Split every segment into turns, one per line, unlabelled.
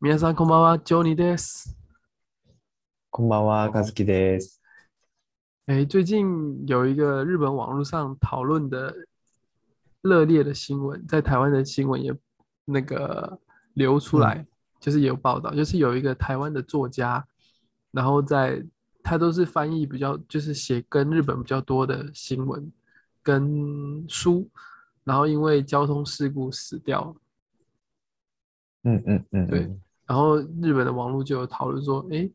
皆さんこんばんは、ジョニーです。
こんばんは、和樹です。
哎，最近有一个日本网络上讨论的热烈的新闻，在台湾的新闻也那个流出来，就是有报道，就是有一个台湾的作家，然后在他都是翻译比较，就是写跟日本比较多的新闻跟书，然后因为交通事故死掉了。
嗯嗯嗯，
对
嗯，
然后日本的网络就有讨论说，哎，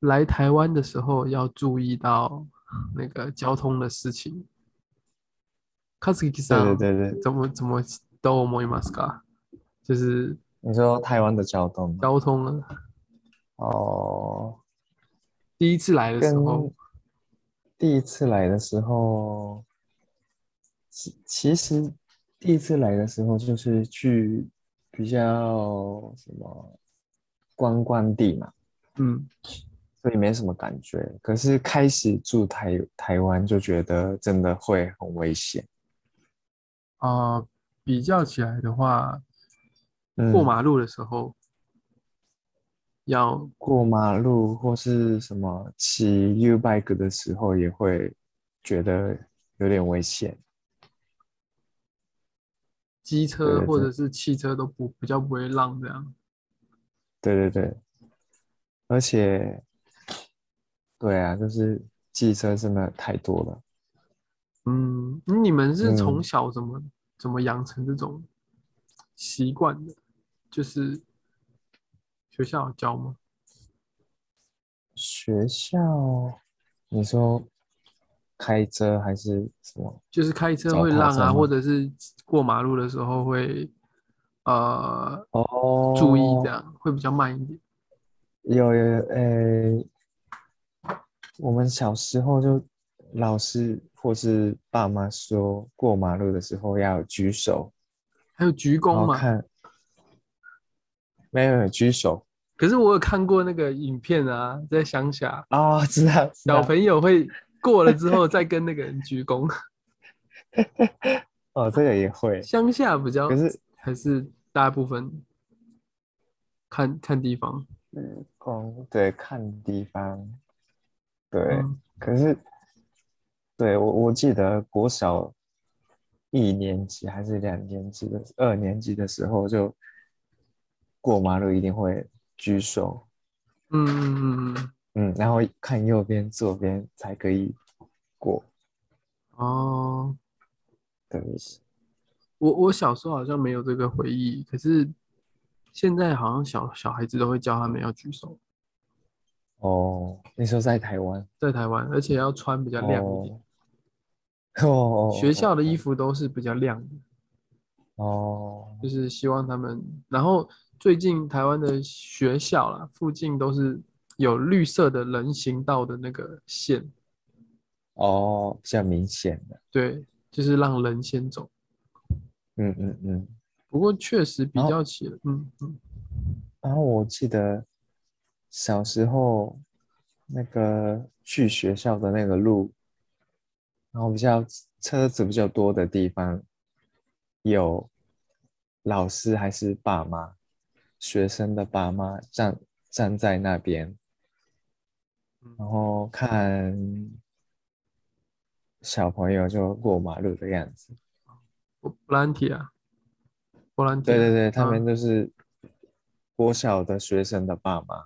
来台湾的时候要注意到那个交通的事情。カズキさ
对
ん，
对对对，
怎么怎么都思いますか？就是
你说台湾的交通吗
交通啊，
哦，
第一次来的时候
跟，第一次来的时候，其其实第一次来的时候就是去比较什么观光地嘛，
嗯，
所以没什么感觉。可是开始住台台湾就觉得真的会很危险，
啊、比较起来的话，
嗯
过马路的时候要
过马路或是什么骑 U bike 的时候，也会觉得有点危险。
机车
对对
或者是汽车都不比较不会让这样。
对对对，而且，对啊，就是机车真的太多了。
嗯，你们是从
嗯
小怎么怎么养成这种习惯的？就是学校有教吗？
学校，你说开车还是什么？
就是开车
脚
会
踏
让
车
啊，
吗
或者是过马路的时候会呃
哦，
注意这样，会比较慢一点。
有有有，诶，我们小时候就老师或是爸妈说过马路的时候要举手，
还有鞠
然
躬
后
嘛，
哦看，没有没有举手
可是我有看过那个影片啊，在乡下
啊，知道知
小
道
朋友会过了之后再跟那个人鞠躬，
哦，这个也会，
乡下比较
可是
还是大部分看看地方，
嗯，公对看地方，对，
嗯
可是对我我记得国小一年级还是两年级的二年级的时候就过马路一定会举手。
嗯嗯嗯嗯。
嗯，然后看右边、左边才可以过。
哦，
对，
我我小时候好像没有这个回忆，可是现在好像小小孩子都会教他们要举手，
哦，你说在台湾？
在台湾，而且要穿比较亮一点，
哦，哦，
学校的衣
服。
服都是比较亮的，
哦，
就是希望他们。然后最近台湾的学校啦，附近都是有绿色的人行道的那个线，
哦，比较明显的。
对，就是让人先走。
嗯嗯嗯。
不过确实比
然后
较起来，嗯嗯，
然后我记得小时候那个去学校的那个路，然后比较车子比较多的地方，有老师还是爸妈，学生的爸妈站站在那边
嗯，
然后看小朋友就过马路的样子。
波兰提啊，波兰提，
对对对，他
嗯
们就是国小的学生的爸妈。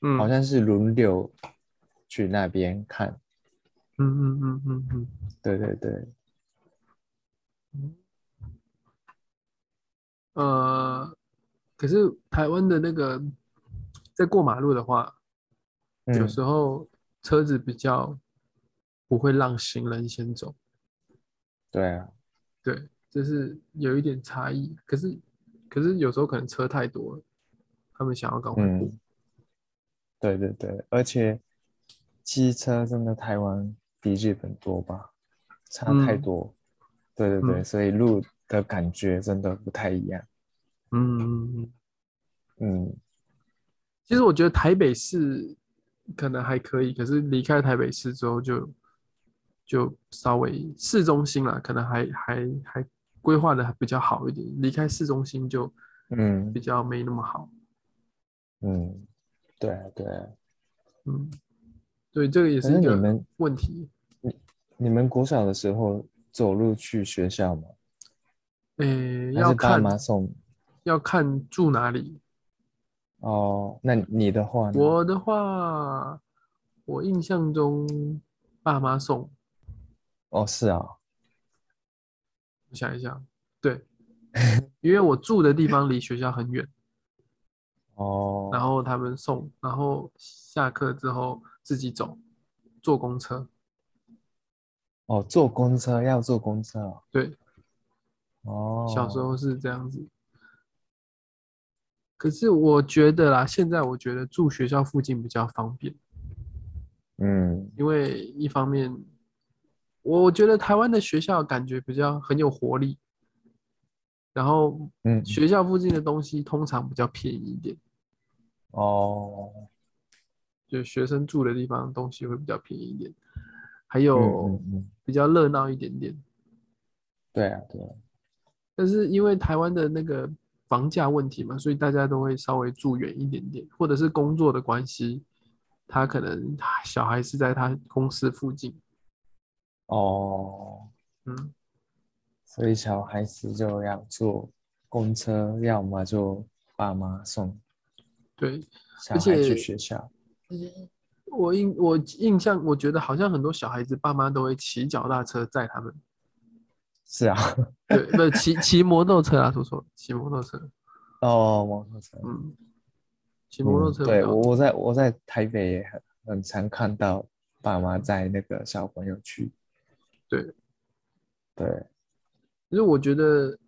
嗯，
好像是轮流去那边看。
嗯嗯嗯嗯嗯。
对对对，
呃，可是台湾的那个在过马路的话，有
嗯，
时候车子比较不会让行人先走，
对啊，
对，这是有一点差异。可是，可是有时候可能车太多了，他们想要赶快过。
嗯，对对对，而且机车真的台湾比日本多吧，差太
嗯
多。对对对，
嗯
所以路的感觉真的不太一样。
嗯嗯嗯。
嗯，
其实我觉得台北市可能还可以，可是离开台北市之后就就稍微市中心啦，可能还还还规划的比较好一点。离开市中心就
嗯
比较没那么好。
嗯，对啊对啊，
嗯，对，这个也
可
是一
是你
个
们
问题。
你们国小的时候走路去学校吗？
诶，
还
要
是爸
看
妈送？
要看住哪里。
哦，那你你的话呢？
我的话，我印象中爸妈送，
哦，是啊，
我想一想，对， 因为我住的地方离学校很远，
哦，
然后他们送，然后下课之后自己走，坐公车。
哦，坐公车要坐公车哦，
对，
哦，
小时候是这样子。可是我觉得啦，现在我觉得住学校附近比较方便，
嗯，
因为一方面，我觉得台湾的学校感觉比较很有活力，然后
嗯
学校附近的东西通常比较便宜一点，
哦，
就学生住的地方东西会比较便宜一点，还
嗯
有
嗯嗯，
比较热闹一点点。
对啊对啊，
但是因为台湾的那个房价问题嘛，所以大家都会稍微住远一点点，或者是工作的关系，他可能小孩是在他公司附近，
哦，
嗯，
所以小孩子就要坐公车，要么就爸妈送
对，
小
而
孩
且
去学校，
我印我印象，我觉得好像很多小孩子爸妈都会骑脚踏车载他们，
是啊，
对，不是骑骑摩托车啊，说错了，骑摩托车，
哦，摩托车，
嗯，骑摩托
嗯
车比较、
对我我在我在台北也很很常看到爸妈载那个小朋友去，
对，
对，
其实我觉得，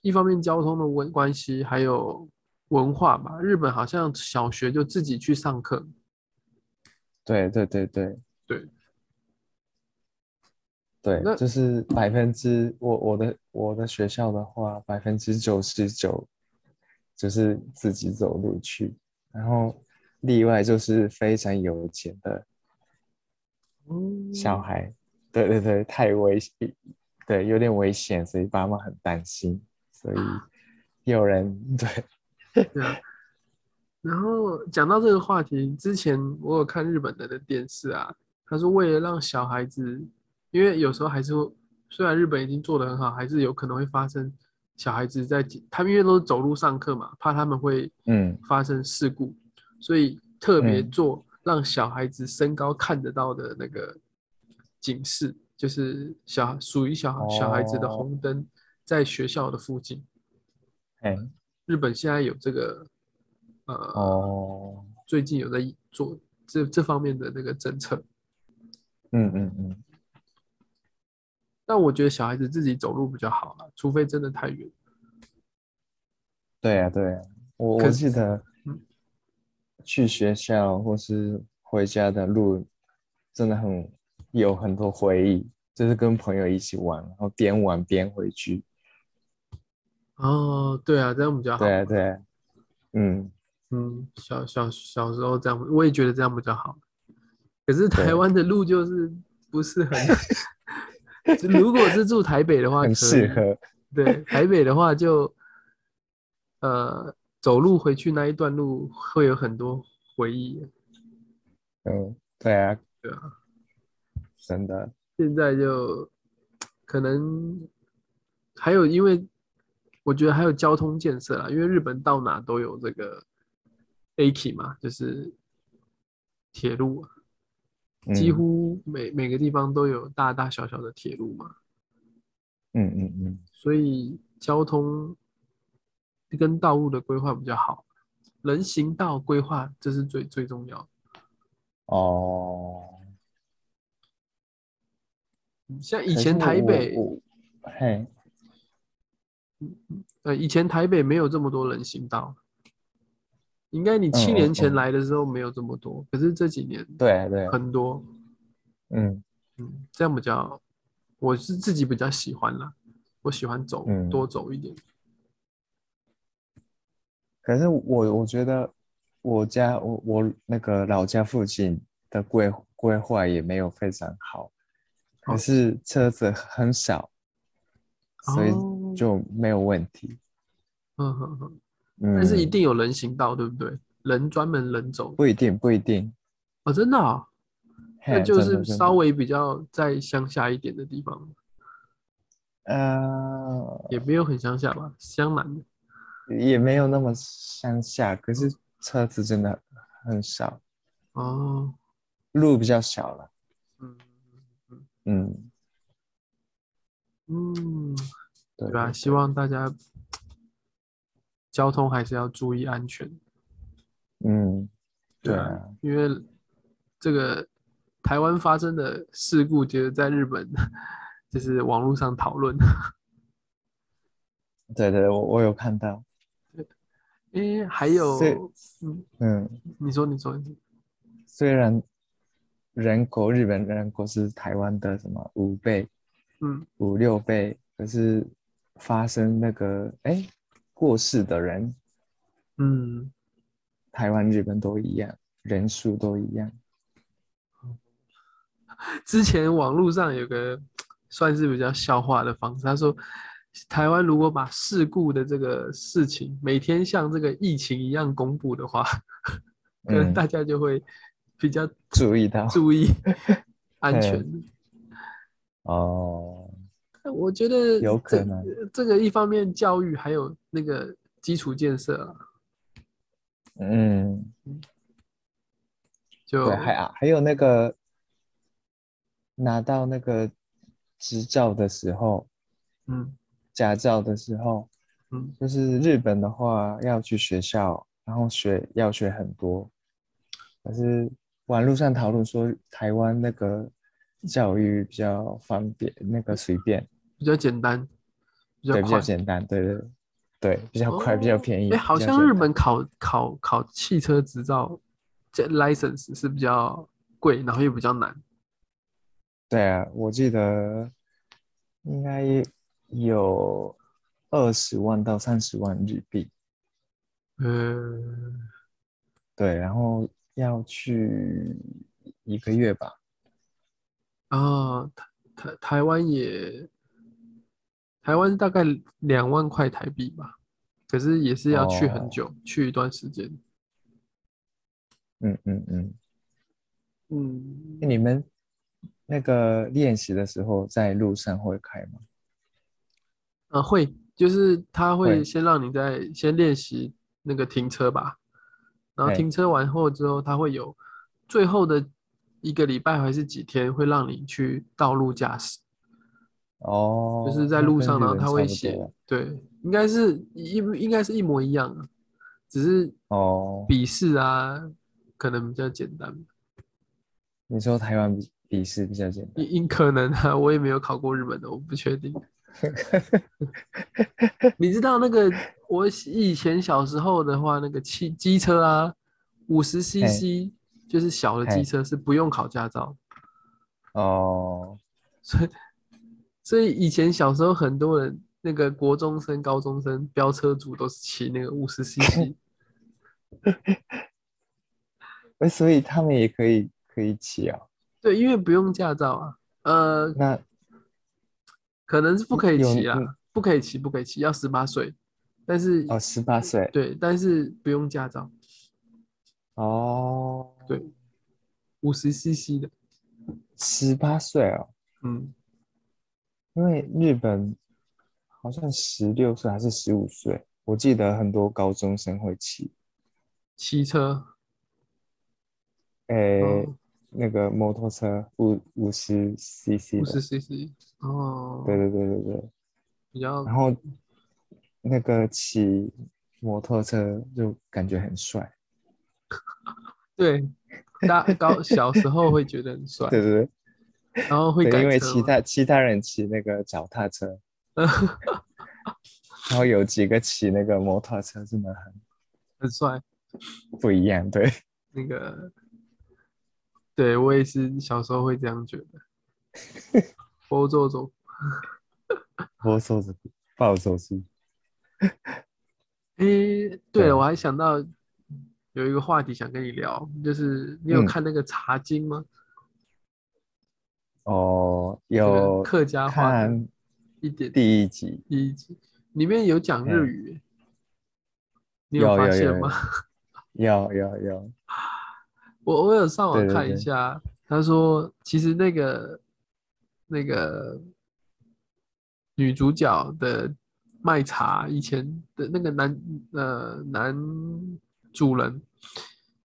一方面交通的文关系，还有文化吧。日本好像小学就自己去上课，
对对对对
对
对
那，
就是百分之我我的我的学校的话，百分之九十九就是自己走路去，然后例外就是非常有钱的
嗯，
小孩，对对对，太危险，对，有点危险，所以爸妈很担心，所以
啊
有人对，
对啊。然后讲到这个话题，之前我有看日本人的电视啊，他说为了让小孩子，因为有时候还是会，虽然日本已经做得很好，还是有可能会发生小孩子在他们因为都是走路上课嘛，怕他们会
嗯
发生事故，所以特别
嗯
做让小孩子身高看得到的那个警示，就是小属于小小孩子的
哦
红灯，在学校的附近。
哎
日本现在有这个，呃，
哦，
最近有在做这这方面的那个政策。
嗯嗯嗯，
但我觉得小孩子自己走路比较好了，除非真的太远。
对呀对呀，我
可
我记得
嗯
去学校或是回家的路，真的很有很多回忆，就是跟朋友一起玩，然后边玩边回去，
哦，对啊，这样比较好。
对啊对啊，嗯
嗯，小小小时候这样，我也觉得这样比较好。可是台
对
湾的路就是不是很， 就如果是住台北的话，
很
可
适
以。
合，
对，台北的话就，呃，走路回去那一段路会有很多回忆。
嗯对啊
对啊，
真的，
现在就可能还有，因为我觉得还有交通建设啦，因为日本到哪都有这个 AK 嘛，就是铁路啊，几
嗯
乎每每个地方都有大大小小的铁路嘛，
嗯嗯嗯，
所以交通跟道路的规划比较好，人行道规划这是最最重要的。
哦。
嗯像以
可
前
是
台
我
北，
我嘿，
呃，以前台北没有这么多人行道，应该你七
嗯嗯
年前
嗯
来的时候没有这么多，可是这几年
对啊对啊，
很多，
嗯
嗯，这样比较，我是自己比较喜欢啦，我喜欢走，
嗯
多走一点，
可是我我觉得我家我我那个老家附近的规规划也没有非常好，可
哦
是车子很少，所
哦
以就没有问题。
嗯哼哼，
嗯，
但是一定有人行道，对不对？人专门人走的
不一定，不一定，
哦，真的、哦，那
嘿
就
真
是
的真的
稍微比较在乡下一点的地方，
呃，
也没有很乡下吧，湘南的。
也没有那么乡下，可是车子真的很少，
哦，
路比较小了。
嗯嗯
嗯，
嗯，
对
对吧？
对
希望大家交通还是要注意安全，
嗯，对
吧
啊，
因为这个台湾发生的事故，就是在日本，就是网络上讨论。
对对，我我有看到。
诶，还有，
是
嗯，
嗯，
你说，你说，你说
虽然人口日本人口是台湾的什么五倍、
嗯，
五六倍，可是发生那个哎过世的人，
嗯，
台湾、日本都一样，人数都一样。
之前网络上有个算是比较笑话的方式，他说台湾如果把事故的这个事情每天像这个疫情一样公布的话， 可能
嗯
大家就会比较
注意到
注 意安全。
哦，
我觉得
有
这
可能
这个一方面教育，还有那个基础建设啊、
嗯，
就
对，还啊还有那个拿到那个执照的时候，
嗯
驾照的时候，
嗯
就是日本的话要去学校，然后学要学很多，可是网络上讨论说台湾那个教育比较方便，那个随便，
比较简单，比较
对，比较
快。
简单，对对对，比较快，比较
哦
便宜。
哎、好
比较
像
简
日
单
本考考考汽车执照，这 license 是比较贵，然后又比较难。
对啊，我记得应该有二十万到三十万日币。
呃，
对，然后要去一个月吧。
啊，台台台湾也，台湾大概两万块台币吧，可是也是要去很
哦
久，去一段时间。
嗯嗯嗯。
嗯
那，你们那个练习的时候，在路上会开吗？
啊，会，就是他会
会
先让你在先练习那个停车吧，然后
对
停车完后之后，他会有最后的一个礼拜还是几天会让你去道路驾驶，
哦，
就是在
那
路
跟
上，
日
然后
本
他
差
会
不
写
多了，
对，应该是一应该是一模一样的，只是
哦，
笔试啊可能比较简单，
你说台湾笔笔试比较简单，
因因可能啊，我也没有考过日本的，我不确定。你知道那个我以前小时候的话，那个汽机车啊，五十 CC 就是小的机
嘿
车是不用考驾照，
哦，
所以所以以前小时候很多人那个国中生、高中生飙车族都是骑那个五十 CC，
哎，所以他们也可以可以骑哦。
对，因为不用驾照啊，呃，
那
可能是不可以
有
骑啊
嗯，
不可以骑，不可以骑，要十八岁，但是
哦，十八岁
对，但是不用驾照，
哦，
对，五十 CC 的，
十八岁哦，
嗯，
因为日本好像十六岁还是十五岁，我记得很多高中生会骑，
骑车，
诶、
哦
那个摩托车五五十 CC
五十
的，
CC，哦，
对对对对对，
比较
然后那个骑摩托车就感觉很帅，
对，大高小时候会觉得很帅，
对对
然后会
对对，
改
因为
车嗯
其
嘛
他其他人骑那个脚踏车，然后有几个骑那个摩托车真的很
很帅。
不一样，对，
那个，对我也是小时候会这样觉得。欧洲走，
我手指暴走族，
诶，对
对
了，我还想到有一个话题想跟你聊，就是你有
嗯
看那个《茶经》吗？
哦，
这个
有
客家话的
看
一点
第一集。
第一集，里面有讲日
嗯
语耶，你
有
发
有
现
有
吗？
要要要，
我我有上网
对对
看一
对
下，啊他说其实那个那个女主角的卖茶以前的那个男呃男主人，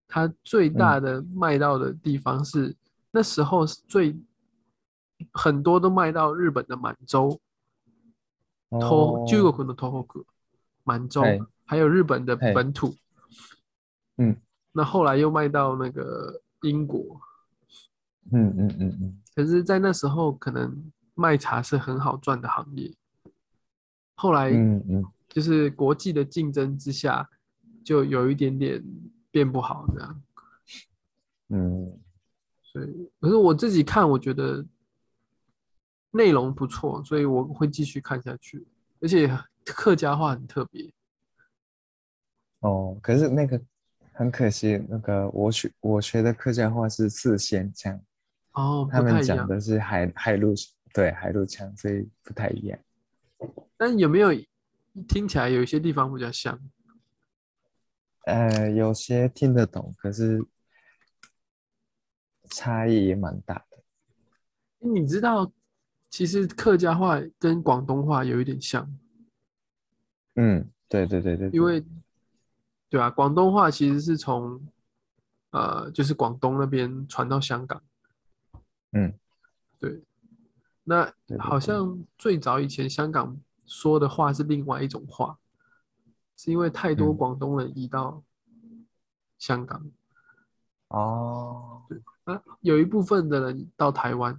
他最
嗯
大的卖到的地方是、那时候是最很多都卖到日本的满洲、
哦
東中国的東北、满洲
嘿，
还有日本的
嘿
本土。
嗯
那后来又卖到那个英国，
嗯嗯嗯嗯，
可是，在那时候可能卖茶是很好赚的行业。后来
嗯嗯
就是国际的竞争之下，就有一点点变不好这样。
嗯，
所以，可是我自己看，我觉得内容不错，所以我会继续看下去。而且客家话很特别，
哦，可是那个很可惜，那个我学我学的客家话是四仙腔，
哦，
他
不太
们
一
讲
样。
的是海海陆对海陆腔，所以不太一样。
但有没有听起来有一些地方比较像？
呃，有些听得懂，可是差异也蛮大的。
你知道，其实客家话跟广东话有一点像，
嗯，对对对对，对
因为，对啊，广东话其实是从，呃，就是广东那边传到香港。
嗯，
对。那
对对
好
对
像最早以前香港说的话是另外一种话，是因为太多
嗯
广东人移到香港，
哦，
那有一部分的人到台湾，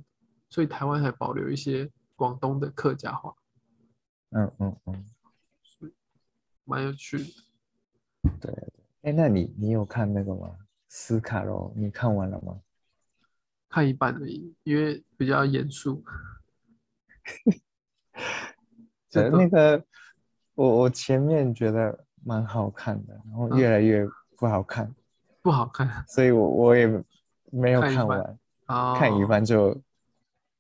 所以台湾还保留一些广东的客家话，
嗯嗯嗯，
蛮有趣的。
哎，那你你有看那个吗？斯卡罗，你看完了吗？
看一半而已，因为比较严肃。这
对，
都
呃那个我我前面觉得蛮好看的，然后
嗯
越来越不好看，
不好看
所以我我也没有
看一
看
半
完，
啊，
看一，半就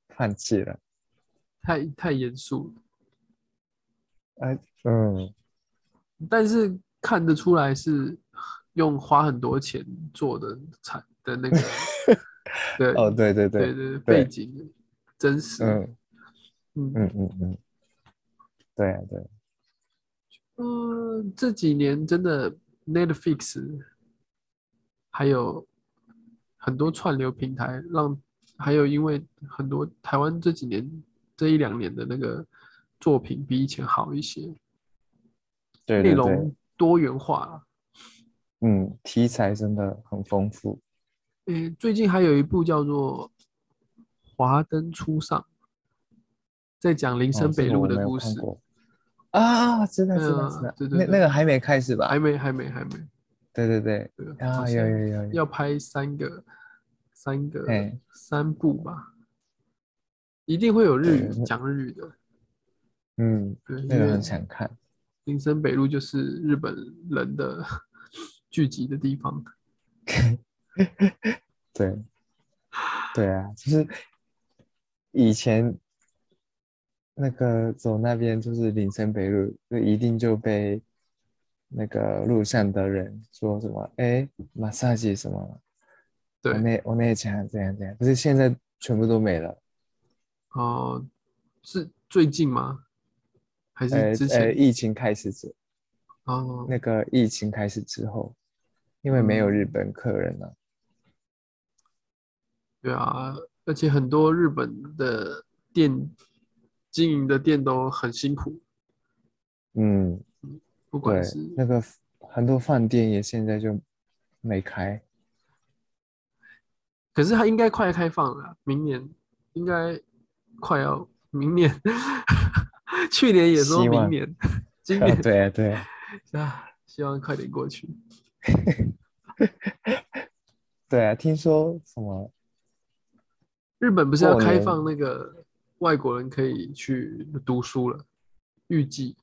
放弃了。
太太严肃了，
哎，嗯，
但是看得出来是用花很多钱做的产的 那个，对，
哦，对对
对
对，
对，
对
背景真实，
嗯。
嗯
嗯嗯嗯，对啊对啊，
嗯，这几年真的 Netflix 还有很多串流平台让，还有因为很多台湾这几年这一两年的那个作品比以前好一些，
对
内
对对，
容多元化了。
嗯，题材真的很丰富。
诶，最近还有一部叫做《华灯初上》，在讲林
哦
森
这
北
个
路
我
的
没有
故
看
事，
过啊，知道知
嗯
道知道，
对对
那
对
那个还没开始吧？
还没，还没，还没，
对对对，
对，好
啊，有
像
有有有，
要拍三个、三个、
哎
三部吧，一定会有日
对
语
那
讲日语的。
嗯，
对，
那
因
个
为
很想看，
林森北路就是日本人的 聚集的地方。
对，对啊，就是以前那个走那边就是林森北路，就一定就被那个路上的人说什么，哎，马萨吉什么。我
对，
那我那家这样这样，可是现在全部都没了。
哦，是最近吗？还
呃
是之
呃，
前？
疫情开始之
哦，
那个疫情开始之后，因为没有
嗯
日本客人了、
对啊，而且很多日本的店经营的店都很辛苦，
嗯，
不管
对
是，
那个很多饭店也现在就没开。
可是它应该快开放了啊，明年应该快要明年， 去年也说
希望
明 年，今
啊
年
对啊对啊
啊，希望快点过去。
对啊，听说什么？
日本不是要
过
开
年
放那个外国人可以去读书了，预计，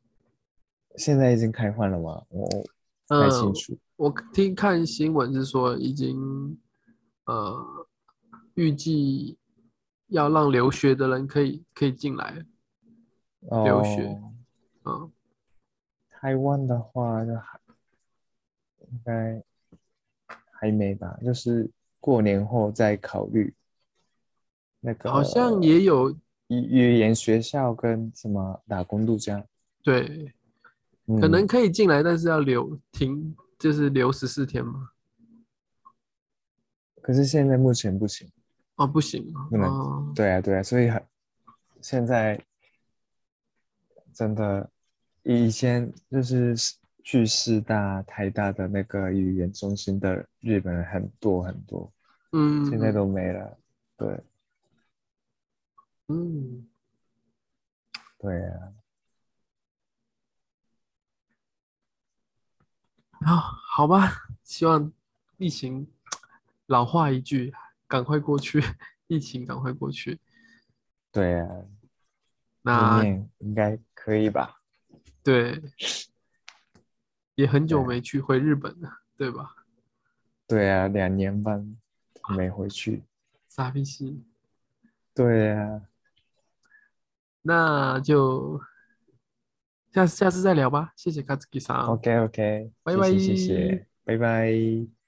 现在已经开放了吗？我我不
嗯
太，清楚。
我听看新闻是说已经呃预计要让留学的人可以可以进来，留学
哦，
嗯，
台湾的话就还应该还没吧，就是过年后再考虑。那个
好像也有
语语言学校跟什么打工度假，
对，
嗯
可能可以进来，但是要留停，就是留十四天嘛。
可是现在目前不行。
哦，不行啊
不能
哦，
对啊，对啊，所以很现在真的以前就是去师大、台大的那个语言中心的日本人很多很多，
嗯，
现在都没了。对
嗯，
对啊，
啊，好吧，希望疫情老话一句，赶快过去， 疫情赶快过去。
对啊，
那啊
明年应该可以吧？
对，也很久
对
没去回日本了，对吧？
对啊，两年半没回去。
傻逼西，
对啊，
那就下次下次再聊吧。谢谢 Katsuki 桑。
OK OK，
拜拜
谢谢谢谢，拜拜。